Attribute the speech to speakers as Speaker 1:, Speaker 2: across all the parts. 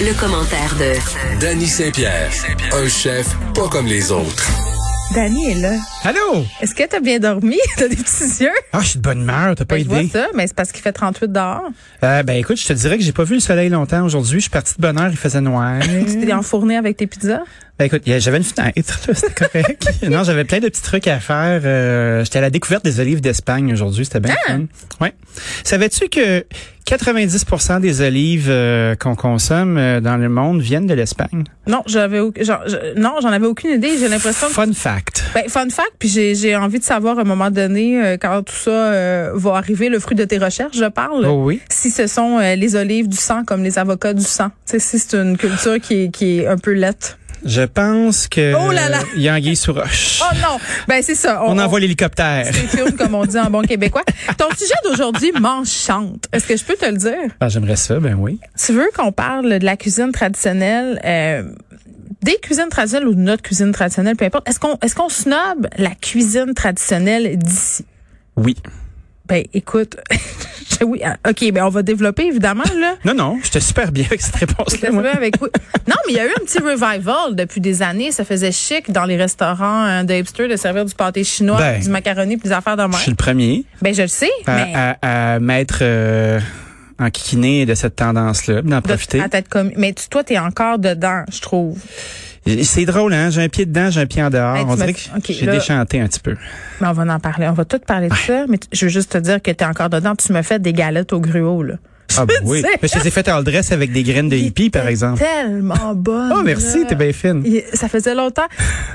Speaker 1: Le commentaire de
Speaker 2: Danny Saint-Pierre, un chef pas comme les autres.
Speaker 3: Dani est là.
Speaker 4: Allô?
Speaker 3: Est-ce que t'as bien dormi? T'as des petits yeux?
Speaker 4: Ah, je suis de bonne humeur, t'as pas
Speaker 3: Ben, je vois
Speaker 4: idée.
Speaker 3: ça, mais c'est parce qu'il fait 38 dehors.
Speaker 4: Euh, ben écoute, je te dirais que j'ai pas vu le soleil longtemps aujourd'hui. Je suis parti de bonne heure, il faisait noir.
Speaker 3: Tu t'es enfourné avec tes pizzas?
Speaker 4: ben écoute, y a- j'avais une fenêtre, là, c'était correct. non, j'avais plein de petits trucs à faire. Euh, J'étais à la découverte des olives d'Espagne aujourd'hui, c'était bien
Speaker 3: Ah!
Speaker 4: fun. Ouais. Savais-tu que 90% des olives euh, qu'on consomme euh, dans le monde viennent de l'Espagne?
Speaker 3: Non, j'avais au- j'en- je- non, j'en avais aucune idée. J'ai l'impression que.
Speaker 4: Fun fact.
Speaker 3: Ben, fun fact, puis j'ai, j'ai envie de savoir à un moment donné, euh, quand tout ça euh, va arriver, le fruit de tes recherches, je parle.
Speaker 4: Oh oui.
Speaker 3: Si ce sont euh, les olives du sang comme les avocats du sang. Tu sais, si c'est une culture qui est, qui est un peu lette.
Speaker 4: Je pense que
Speaker 3: Oh là là!
Speaker 4: il y a Anguille sous roche.
Speaker 3: Oh non! Ben, c'est ça.
Speaker 4: on envoie l'hélicoptère.
Speaker 3: les films, comme on dit en bon québécois. Ton sujet d'aujourd'hui m'enchante. Est-ce que je peux te le dire?
Speaker 4: Ah, J'aimerais ça, ben oui.
Speaker 3: Tu veux qu'on parle de la cuisine traditionnelle, euh, des cuisines traditionnelles ou de notre cuisine traditionnelle, peu importe. Est-ce qu'on est-ce qu'on snob la cuisine traditionnelle d'ici?
Speaker 4: Oui.
Speaker 3: Ben écoute, oui, ah, ok, ben on va développer évidemment là.
Speaker 4: Non, non, j'étais super bien avec cette
Speaker 3: Ça
Speaker 4: réponse-là.
Speaker 3: se
Speaker 4: moi.
Speaker 3: fait avec- oui. Non, mais il y a eu un petit revival depuis des années. Ça faisait chic dans les restaurants hein, de hipsters de servir du pâté chinois,
Speaker 4: Ben.
Speaker 3: du macaroni, puis des affaires de
Speaker 4: Je suis
Speaker 3: mer.
Speaker 4: le premier
Speaker 3: Ben je le sais,
Speaker 4: à,
Speaker 3: mais
Speaker 4: à- à m'être euh, en kikiné de cette tendance-là, d'en
Speaker 3: de-
Speaker 4: profiter.
Speaker 3: à tête commis. Mais tu, toi, t'es encore dedans, je trouve.
Speaker 4: C'est drôle, hein? J'ai un pied dedans, j'ai un pied en dehors.
Speaker 3: Hey, tu
Speaker 4: On
Speaker 3: m'as
Speaker 4: dirait que
Speaker 3: fait- ok,
Speaker 4: j'ai
Speaker 3: là-
Speaker 4: déchanté un petit peu.
Speaker 3: Mais on va en parler. On va tout parler de ça. Mais t- je veux juste te dire que t'es encore dedans. Tu me fais des galettes au gruau, là.
Speaker 4: Ah ben oui.
Speaker 3: sais.
Speaker 4: Mais je les ai faites en dress avec des graines de hippie, par exemple.
Speaker 3: Tellement bonne.
Speaker 4: Oh, merci,
Speaker 3: là.
Speaker 4: t'es bien fine.
Speaker 3: Il- Ça faisait longtemps.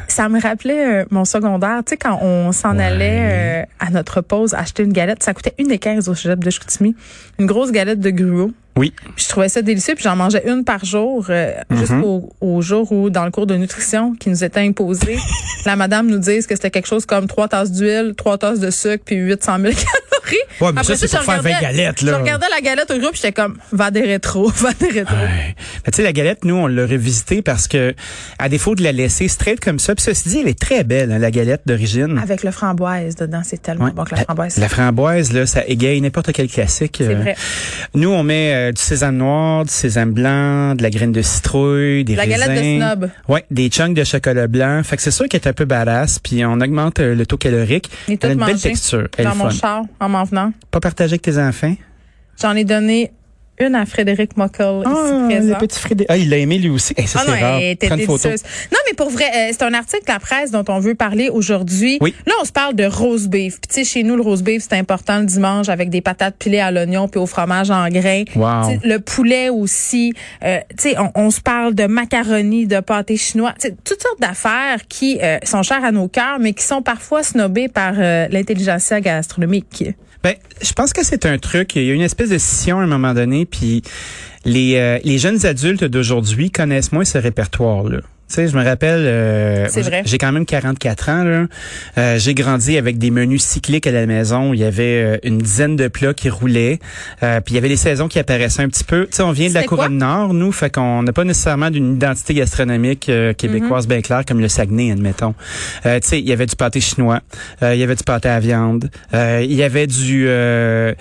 Speaker 3: Ça me rappelait euh, mon secondaire. Tu sais, quand on s'en allait euh, à notre pause acheter une galette, ça coûtait une et quinze au cégep de Chicoutimi. Une grosse galette de gruau.
Speaker 4: Oui.
Speaker 3: Puis je trouvais ça délicieux, puis j'en mangeais une par jour euh,
Speaker 4: Mm-hmm.
Speaker 3: jusqu'au au jour où, dans le cours de nutrition qui nous était imposé, la madame nous dise que c'était quelque chose comme trois tasses d'huile, trois tasses de sucre, puis 800 000 calories.
Speaker 4: Ouais, mais
Speaker 3: Après
Speaker 4: ça, c'est
Speaker 3: je
Speaker 4: pour faire 20
Speaker 3: regardais-
Speaker 4: galettes, là.
Speaker 3: Je regardais la galette au groupe, j'étais comme, va des rétro, va des rétro.
Speaker 4: Ouais. Mais Tu sais, la galette, nous, on l'a revisitée parce que, à défaut de la laisser straight comme ça, puis ceci dit, elle est très belle, hein, la galette d'origine.
Speaker 3: Avec le framboise dedans, c'est tellement
Speaker 4: Ouais.
Speaker 3: Ah, bon que la framboise.
Speaker 4: La framboise, là, ça égaye n'importe quel classique.
Speaker 3: C'est
Speaker 4: Euh,
Speaker 3: vrai.
Speaker 4: Nous, on met euh, du sésame noir, du sésame blanc, de la graine de citrouille, des
Speaker 3: La
Speaker 4: raisins.
Speaker 3: galette de snob.
Speaker 4: Ouais, des chunks de chocolat blanc. Fait que c'est sûr qu'elle est un peu badass, puis on augmente euh, le taux calorique. Elle
Speaker 3: J'ai
Speaker 4: a
Speaker 3: tout
Speaker 4: une belle
Speaker 3: mangé
Speaker 4: texture. Elle est
Speaker 3: dans mon
Speaker 4: fun.
Speaker 3: char en m'en venant.
Speaker 4: Pas partagé avec tes enfants.
Speaker 3: J'en ai donné une à Frédéric Mockel ici
Speaker 4: Ah, le
Speaker 3: présent.
Speaker 4: petit Frédéric. Ah, il l'a aimé lui aussi. Hey, ça,
Speaker 3: Ah non,
Speaker 4: c'est rare.
Speaker 3: elle était
Speaker 4: Prends une photo.
Speaker 3: délicieuse. Non, mais pour vrai, euh, c'est un article de la presse dont on veut parler aujourd'hui.
Speaker 4: Oui.
Speaker 3: Là, on se parle de roast beef. Puis tu sais, chez nous, le roast beef, c'est important le dimanche avec des patates pilées à l'oignon puis au fromage en grains.
Speaker 4: Wow.
Speaker 3: Tu sais, Le poulet aussi. Euh, tu sais, on, on se parle de macaroni, de pâté chinois. Tu sais, toutes sortes d'affaires qui euh, sont chères à nos cœurs, mais qui sont parfois snobées par euh, l'intelligentsia gastronomique.
Speaker 4: Ben, je pense que c'est un truc. Il y a une espèce de scission à un moment donné, puis les, euh, les jeunes adultes d'aujourd'hui connaissent moins ce répertoire-là. Tu sais, je me rappelle, euh,
Speaker 3: C'est vrai.
Speaker 4: j'ai- j'ai quand même 44 ans. là. Euh, j'ai grandi avec des menus cycliques à la maison. Il y avait euh, une dizaine de plats qui roulaient. Euh, puis il y avait les saisons qui apparaissaient un petit peu. Tu sais, on vient de la
Speaker 3: C'était quoi?
Speaker 4: couronne nord, nous, fait qu'on n'a pas nécessairement d'une identité gastronomique euh, québécoise bien claire comme le Saguenay, admettons. Euh, tu sais, il y avait du pâté chinois, euh, il y avait du pâté à viande, euh, il y avait du euh,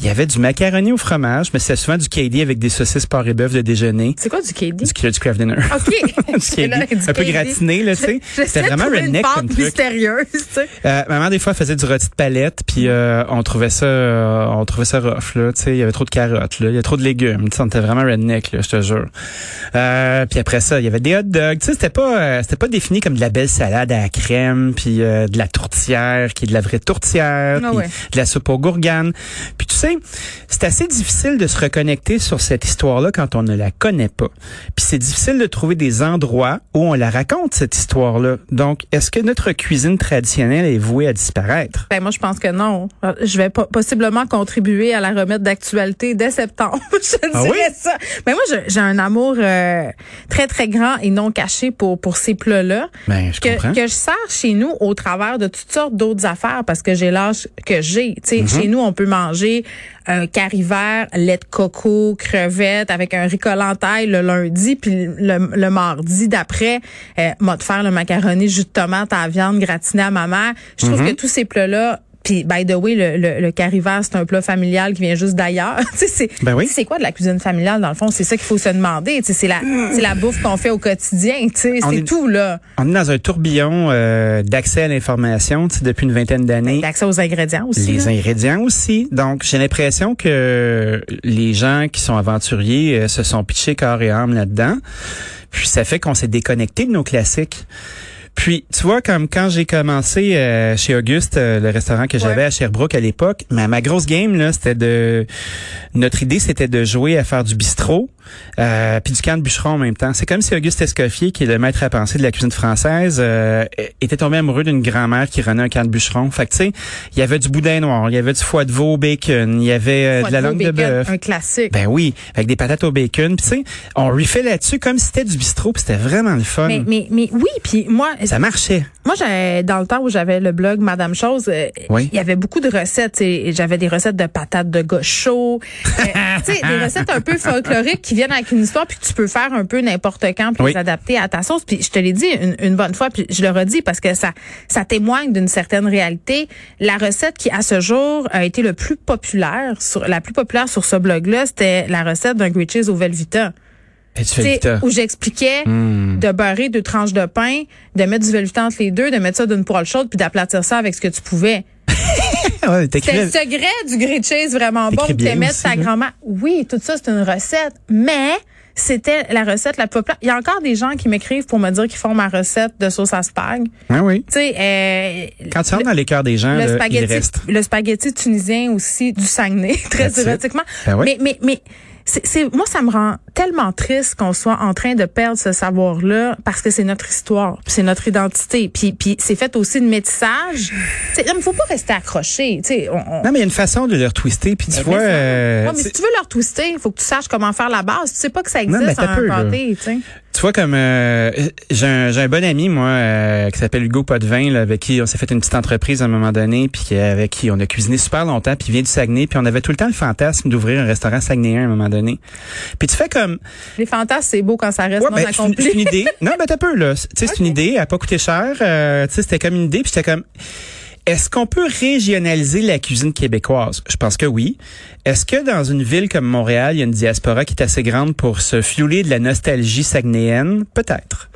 Speaker 4: il y avait du macaroni au fromage, mais c'était souvent du KD avec des saucisses porc et bœuf de déjeuner,
Speaker 3: C'est quoi du KD?
Speaker 4: du, du craft dinner.
Speaker 3: OK.
Speaker 4: Du KD, un peu gratiné, là, tu sais. C'était vraiment
Speaker 3: une
Speaker 4: redneck
Speaker 3: pâte
Speaker 4: comme truc.
Speaker 3: mystérieuse, tu sais.
Speaker 4: Euh, maman des fois faisait du rôti de palette puis euh, on trouvait ça euh, on trouvait ça rough là, tu sais, il y avait trop de carottes là, il y a trop de légumes, tu sais, on était vraiment redneck là, je te jure. Euh, puis après ça, il y avait des hot dogs, tu sais, c'était pas euh, c'était pas défini comme de la belle salade à la crème puis euh, de la tourtière qui est de la vraie tourtière,
Speaker 3: Ah
Speaker 4: puis
Speaker 3: ouais.
Speaker 4: de la soupe aux gourganes. Puis tu sais, c'est assez difficile de se reconnecter sur cette histoire-là quand on ne la connaît pas. Puis c'est difficile de trouver des endroits où on la raconte cette histoire-là. Donc, est-ce que notre cuisine traditionnelle est vouée à disparaître
Speaker 3: Ben moi je pense que non. Je vais po- possiblement contribuer à la remettre d'actualité dès septembre. je
Speaker 4: Ah
Speaker 3: dirais
Speaker 4: oui?
Speaker 3: ça. Mais moi je- j'ai un amour euh, très très grand et non caché pour pour ces plats-là.
Speaker 4: Ben, je
Speaker 3: que,
Speaker 4: comprends.
Speaker 3: que je sers chez nous au travers de toutes sortes d'autres affaires parce que j'ai l'âge que j'ai. Tu
Speaker 4: Mhm.
Speaker 3: sais, Chez nous, on peut manger un curry vert, lait de coco, crevettes avec un riz l'entaille le lundi, puis le, le mardi d'après,
Speaker 4: Mhm.
Speaker 3: euh, m'a de faire le macaroni jus de tomate à la viande gratinée à ma mère. Je trouve que tous ces plats-là Puis, by the way, le, le, le carivère, c'est un plat familial qui vient juste d'ailleurs. Tu sais, c'est
Speaker 4: Ben oui.
Speaker 3: c'est quoi de la cuisine familiale, dans le fond? C'est ça qu'il faut se demander. Tu sais, C'est la, c'est la bouffe qu'on fait au quotidien. tu sais,
Speaker 4: On
Speaker 3: C'est
Speaker 4: est-
Speaker 3: tout, là.
Speaker 4: On est dans un tourbillon euh, d'accès à l'information tu sais, depuis une vingtaine d'années.
Speaker 3: L'accès aux ingrédients aussi.
Speaker 4: Les
Speaker 3: là.
Speaker 4: ingrédients aussi. Donc, j'ai l'impression que les gens qui sont aventuriers euh, se sont pitchés corps et âme là-dedans. Puis, ça fait qu'on s'est déconnecté de nos classiques. Puis, tu vois, comme quand j'ai commencé euh, chez Auguste, euh, le restaurant que j'avais à Sherbrooke à l'époque, ma, ma grosse game, là, c'était de... Notre idée, c'était de jouer à faire du bistrot euh, puis du camp de bûcheron en même temps. C'est comme si Auguste Escoffier, qui est le maître à penser de la cuisine française, euh, était tombé amoureux d'une grand-mère qui renait un camp de bûcheron. Fait que, tu sais, il y avait du boudin noir, il y avait du foie de veau au bacon, il y avait euh,
Speaker 3: Foie
Speaker 4: de la
Speaker 3: veau
Speaker 4: langue de
Speaker 3: bacon,
Speaker 4: bœuf.
Speaker 3: Un classique.
Speaker 4: Ben oui, avec des patates au bacon. Puis tu sais, on refait là-dessus comme si c'était du bistrot, puis c'était vraiment le fun.
Speaker 3: mais, mais, mais oui, puis moi,
Speaker 4: ça marchait.
Speaker 3: Moi, j'avais- dans le temps où j'avais le blog Madame Chose, euh,
Speaker 4: Oui.
Speaker 3: il y avait beaucoup de recettes. tu sais. J'avais des recettes de patates de gaucho, euh, tu sais, des recettes un peu folkloriques qui viennent avec une histoire puis que tu peux faire un peu n'importe quand puis
Speaker 4: Oui.
Speaker 3: les adapter à ta sauce. Puis je te l'ai dit une, une bonne fois, puis je le redis parce que ça ça témoigne d'une certaine réalité. La recette qui à ce jour a été le plus populaire sur la plus populaire sur ce blog-là, c'était la recette d'un grilled cheese au Velvita.
Speaker 4: Et Eh, tu fais hein.
Speaker 3: T'sais,
Speaker 4: le tas.
Speaker 3: où j'expliquais
Speaker 4: Hmm.
Speaker 3: de beurrer deux tranches de pain, de mettre du velouté entre les deux, de mettre ça d'une poêle chaude, puis d'aplatir ça avec ce que tu pouvais.
Speaker 4: Ah Ouais,
Speaker 3: C'est le
Speaker 4: t'écrivais-
Speaker 3: secret du grilled cheese vraiment bon
Speaker 4: T'écris
Speaker 3: que
Speaker 4: bien
Speaker 3: t'aimais
Speaker 4: aussi, là.
Speaker 3: ta grand-mère. Oui, tout ça, c'est une recette, mais c'était la recette la plus populaire. Il y a encore des gens qui m'écrivent pour me dire qu'ils font ma recette de sauce à spag.
Speaker 4: Ouais, Ah oui.
Speaker 3: Tu sais, euh,
Speaker 4: Quand tu rentres dans les cœurs des gens,
Speaker 3: le
Speaker 4: là, il
Speaker 3: spaghetti,
Speaker 4: reste.
Speaker 3: le spaghetti tunisien aussi du Saguenay, très
Speaker 4: That's it.
Speaker 3: érotiquement.
Speaker 4: Ben oui.
Speaker 3: Mais mais mais c'est c'est- moi ça me rend tellement triste qu'on soit en train de perdre ce savoir là parce que c'est notre histoire, puis c'est notre identité, puis puis c'est fait aussi de métissage. Il ne faut pas rester accroché, tu sais. On, on-
Speaker 4: Non, mais il y a une façon de le retwister, puis tu
Speaker 3: Mais
Speaker 4: vois...
Speaker 3: ça-
Speaker 4: euh,
Speaker 3: Ouais, mais si tu veux leur twister, il faut que tu saches comment faire la base. Tu sais pas que ça
Speaker 4: Non, mais
Speaker 3: existe
Speaker 4: t'as
Speaker 3: en
Speaker 4: peu,
Speaker 3: un
Speaker 4: là.
Speaker 3: pâté, tu sais.
Speaker 4: Tu vois, comme euh, j'ai un, j'ai un bon ami, moi, euh, qui s'appelle Hugo Potvin, là, avec qui on s'est fait une petite entreprise à un moment donné, puis qui- avec qui on a cuisiné super longtemps, puis il vient du Saguenay, puis on avait tout le temps le fantasme d'ouvrir un restaurant saguenéen à un moment donné. Puis tu fais comme...
Speaker 3: Les fantasmes, c'est beau quand ça reste non
Speaker 4: ben, c'est une-
Speaker 3: accompli.
Speaker 4: c'est une idée. Non, ben t'as peu, là. C'est- Tu sais, c'est une idée, elle a pas coûté cher. Euh, tu sais, c'était comme une idée, puis j'étais comme... Est-ce qu'on peut régionaliser la cuisine québécoise? Je pense que oui. Est-ce que dans une ville comme Montréal, il y a une diaspora qui est assez grande pour se fioler de la nostalgie saguenéenne? Peut-être.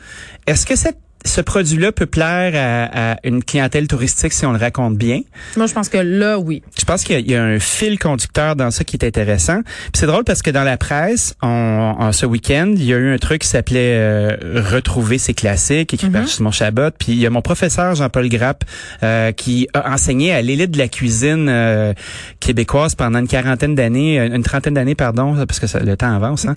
Speaker 4: Est-ce que cette- ce produit-là peut plaire à, à une clientèle touristique si on le raconte bien?
Speaker 3: Moi, je pense que là, oui.
Speaker 4: Je pense qu'il y a- il y, a un fil conducteur dans ça qui est intéressant. Puis c'est drôle parce que dans la presse, on, en ce week-end, il y a eu un truc qui s'appelait euh, Retrouver ses classiques, écrit par Simon Chabot. Puis il y a mon professeur Jean-Paul Grappe euh, qui a enseigné à l'élite de la cuisine euh, québécoise pendant une quarantaine d'années, euh, une trentaine d'années, pardon, parce que ça- le temps avance. Hein?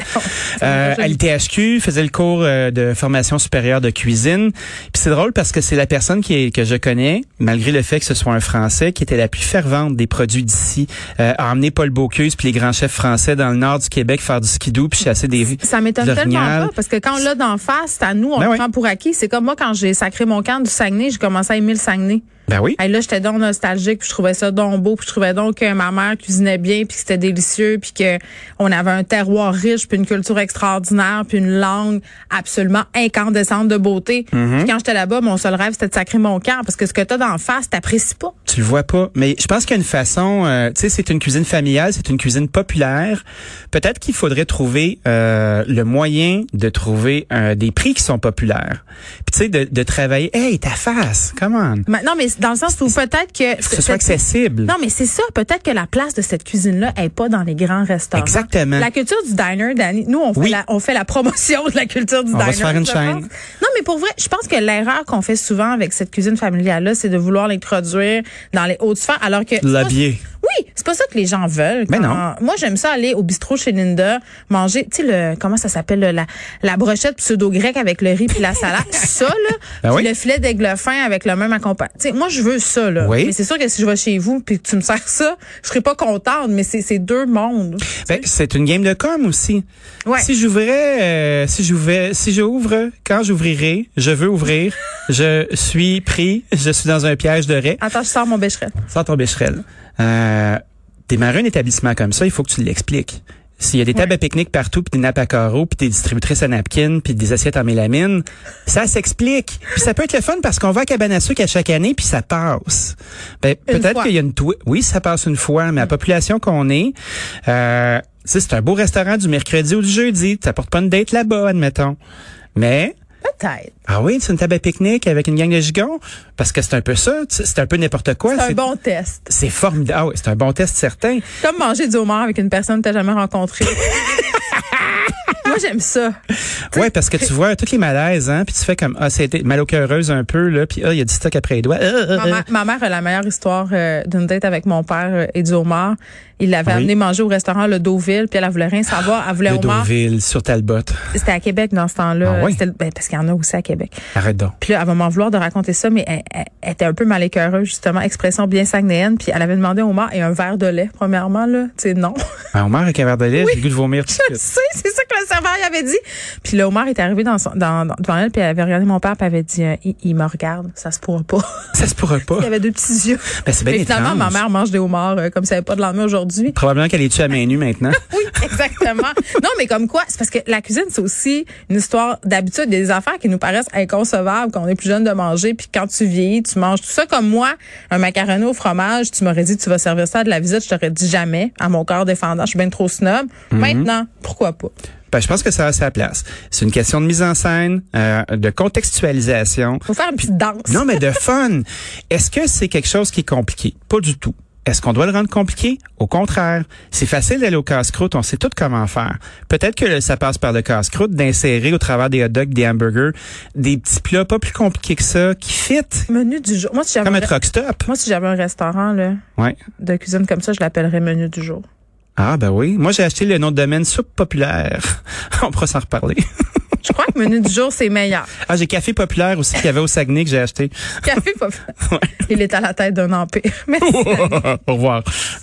Speaker 4: Euh, à l'ITHQ, faisait le cours euh, de formation supérieure de cuisine. Puis c'est drôle parce que c'est la personne qui est- que je connais, malgré le fait que ce soit un Français, qui était la plus fervente des produits d'ici, euh, a emmené Paul Bocuse puis les grands chefs français dans le nord du Québec faire du skidoo puis chasser des
Speaker 3: Ça m'étonne
Speaker 4: des
Speaker 3: tellement
Speaker 4: orignales.
Speaker 3: pas parce que quand on l'a d'en face, c'est à nous, on
Speaker 4: Ben
Speaker 3: le
Speaker 4: oui.
Speaker 3: prend pour acquis. C'est comme moi quand j'ai sacré mon camp du Saguenay, j'ai commencé à aimer le Saguenay.
Speaker 4: Ben oui.
Speaker 3: Hey, là, j'étais donc nostalgique, puis je trouvais ça donc beau, puis je trouvais donc que ma mère cuisinait bien, puis que c'était délicieux, puis que on avait un terroir riche, puis une culture extraordinaire, puis une langue absolument incandescente de beauté.
Speaker 4: Mm-hmm.
Speaker 3: Puis quand j'étais là-bas, mon seul rêve c'était de sacrer mon camp parce que ce que t'as d'en face, t'apprécies pas.
Speaker 4: Tu le vois pas, mais je pense qu'il y a une façon. euh, tu sais, c'est une cuisine familiale, c'est une cuisine populaire. Peut-être qu'il faudrait trouver euh, le moyen de trouver euh, des prix qui sont populaires. Puis tu sais, de, de travailler. Hey, ta face, come on.
Speaker 3: Mais- Non, mais dans le sens où peut-être que
Speaker 4: Faut que ce soit accessible.
Speaker 3: Non, mais c'est ça. Peut-être que la place de cette cuisine-là est pas dans les grands restaurants.
Speaker 4: Exactement.
Speaker 3: La culture du diner, Dani. Nous, on fait,
Speaker 4: Hein? Oui.
Speaker 3: la, on fait la promotion de la culture du
Speaker 4: On
Speaker 3: diner.
Speaker 4: va se faire une
Speaker 3: je
Speaker 4: chaîne.
Speaker 3: pense. Non, mais pour vrai, je pense que l'erreur qu'on fait souvent avec cette cuisine familiale-là, c'est de vouloir l'introduire dans les hautes sphères, alors que.
Speaker 4: L'habiller.
Speaker 3: Oui, c'est pas ça que les gens veulent.
Speaker 4: Ben
Speaker 3: Quand-
Speaker 4: non.
Speaker 3: Moi, j'aime ça aller au bistrot chez Linda, manger, tu sais, le, comment ça s'appelle, le- la, la brochette pseudo-grecque avec le riz puis la salade. ça, là.
Speaker 4: Ben
Speaker 3: puis
Speaker 4: oui.
Speaker 3: le filet d'aigle fin avec le même accompagnement. Tu sais, moi, je veux ça, là.
Speaker 4: Oui.
Speaker 3: Mais c'est sûr que si je vais chez vous puis que tu me sers ça, je serais pas contente, mais c'est c'est deux mondes.
Speaker 4: Ben, c'est une game de com aussi.
Speaker 3: Ouais.
Speaker 4: Si j'ouvrais, euh, si j'ouvrais, si j'ouvre, quand j'ouvrirai, je veux ouvrir, je suis pris, je suis dans un piège de raie,
Speaker 3: Attends, je sors mon bécherel.
Speaker 4: sans ton bécherel. Euh, démarrer un établissement comme ça, il faut que tu l'expliques. S'il y a des tables à pique-nique partout, puis des nappes à carreaux, puis des distributrices à napkins, puis des assiettes en mélamine, ça s'explique. Puis ça peut être le fun parce qu'on va à cabane à sucre à chaque année, puis ça passe. Ben,
Speaker 3: Une
Speaker 4: peut-être
Speaker 3: fois. Mm.
Speaker 4: qu'il y a une... twi- Oui, ça passe une fois, mais la population qu'on est... Euh, tu sais, c'est un beau restaurant du mercredi ou du jeudi. Tu n'apportes pas une date là-bas, admettons. Mais...
Speaker 3: Peut-être.
Speaker 4: Ah oui, c'est une table à pique-nique avec une gang de gigons? Parce que c'est un peu ça, tu- c'est un peu n'importe quoi.
Speaker 3: C'est un bon test.
Speaker 4: C'est formidable. Ah oui, c'est un bon test certain.
Speaker 3: Comme manger du homard avec une personne que t'as jamais rencontrée. Moi, j'aime ça.
Speaker 4: Ouais, parce que tu vois tous les malaises, hein, puis tu fais comme ah c'était mal au cœur heureuse un peu là, puis ah il y a du stock après les doigts. Ah, ah,
Speaker 3: Ma,
Speaker 4: ah.
Speaker 3: mère- ma mère a la meilleure histoire euh, d'une date avec mon père euh, et du homard. Il l'avait
Speaker 4: Ah Oui.
Speaker 3: amené manger au restaurant Le Deauville, puis elle, elle voulait rien savoir. Elle voulait
Speaker 4: Le
Speaker 3: homard.
Speaker 4: Deauville sur Talbot.
Speaker 3: C'était à Québec dans ce temps-là.
Speaker 4: Ah oui?
Speaker 3: C'était le- ben, parce qu'il y en a aussi à Québec.
Speaker 4: Arrête donc.
Speaker 3: Puis là, elle va m'en vouloir de raconter ça, mais elle, elle- elle était un peu mal écœureuse, justement, expression bien saguenéenne. Puis elle avait demandé au homard et un verre de lait, premièrement, là. Tu sais, non.
Speaker 4: Un homard Ben, avec un verre de lait, j'ai le goût de vomir tout de
Speaker 3: Je le
Speaker 4: suite.
Speaker 3: sais, c'est ça que le serveur il avait dit. Puis le homard est arrivé dans son, dans, dans- devant elle, puis elle avait regardé mon père, puis elle avait dit, euh, il, il me regarde, ça se pourra pas.
Speaker 4: Ça se pourra pas.
Speaker 3: il avait deux petits yeux.
Speaker 4: Ben, c'est bien
Speaker 3: Mais finalement,
Speaker 4: étrange.
Speaker 3: ma mère mange des homards euh, comme ça n'avait pas de lendemain aujourd'hui.
Speaker 4: Probablement qu'elle est tue à main nue maintenant.
Speaker 3: Oui, exactement. non, mais comme quoi, c'est parce que la cuisine, c'est aussi une histoire d'habitude, des affaires qui nous paraissent inconcevables quand on est plus jeune de manger, puis quand tu vieillis, tu manges tout ça comme moi, un macaroni au fromage, tu m'aurais dit tu vas servir ça à de la visite, je t'aurais dit jamais à mon corps défendant, je suis bien trop snob.
Speaker 4: Mm-hmm.
Speaker 3: Maintenant, pourquoi pas?
Speaker 4: Ben, je pense que ça a sa place. C'est une question de mise en scène, euh, de contextualisation.
Speaker 3: Faut faire une petite danse.
Speaker 4: Non, mais de fun. Est-ce que c'est quelque chose qui est compliqué? Pas du tout. Est-ce qu'on doit le rendre compliqué? Au contraire, c'est facile d'aller au casse-croûte, on sait tout comment faire. Peut-être que ça passe par le casse-croûte, d'insérer au travers des hot dogs, des hamburgers, des petits plats pas plus compliqués que ça, qui fit,
Speaker 3: Menu du jour. Moi, si j'avais
Speaker 4: comme
Speaker 3: un,
Speaker 4: un
Speaker 3: re-
Speaker 4: truck stop.
Speaker 3: moi, si j'avais un restaurant là,
Speaker 4: Ouais.
Speaker 3: de cuisine comme ça, je l'appellerais menu du jour.
Speaker 4: Ah ben oui. Moi, j'ai acheté le nom de domaine Soupe Populaire. on pourra s'en reparler.
Speaker 3: Je crois que menu du jour, c'est meilleur.
Speaker 4: Ah, j'ai Café Populaire aussi qu'il y avait au Saguenay que j'ai acheté.
Speaker 3: Café pas Il est à la tête d'un empire. Merci.
Speaker 4: au revoir.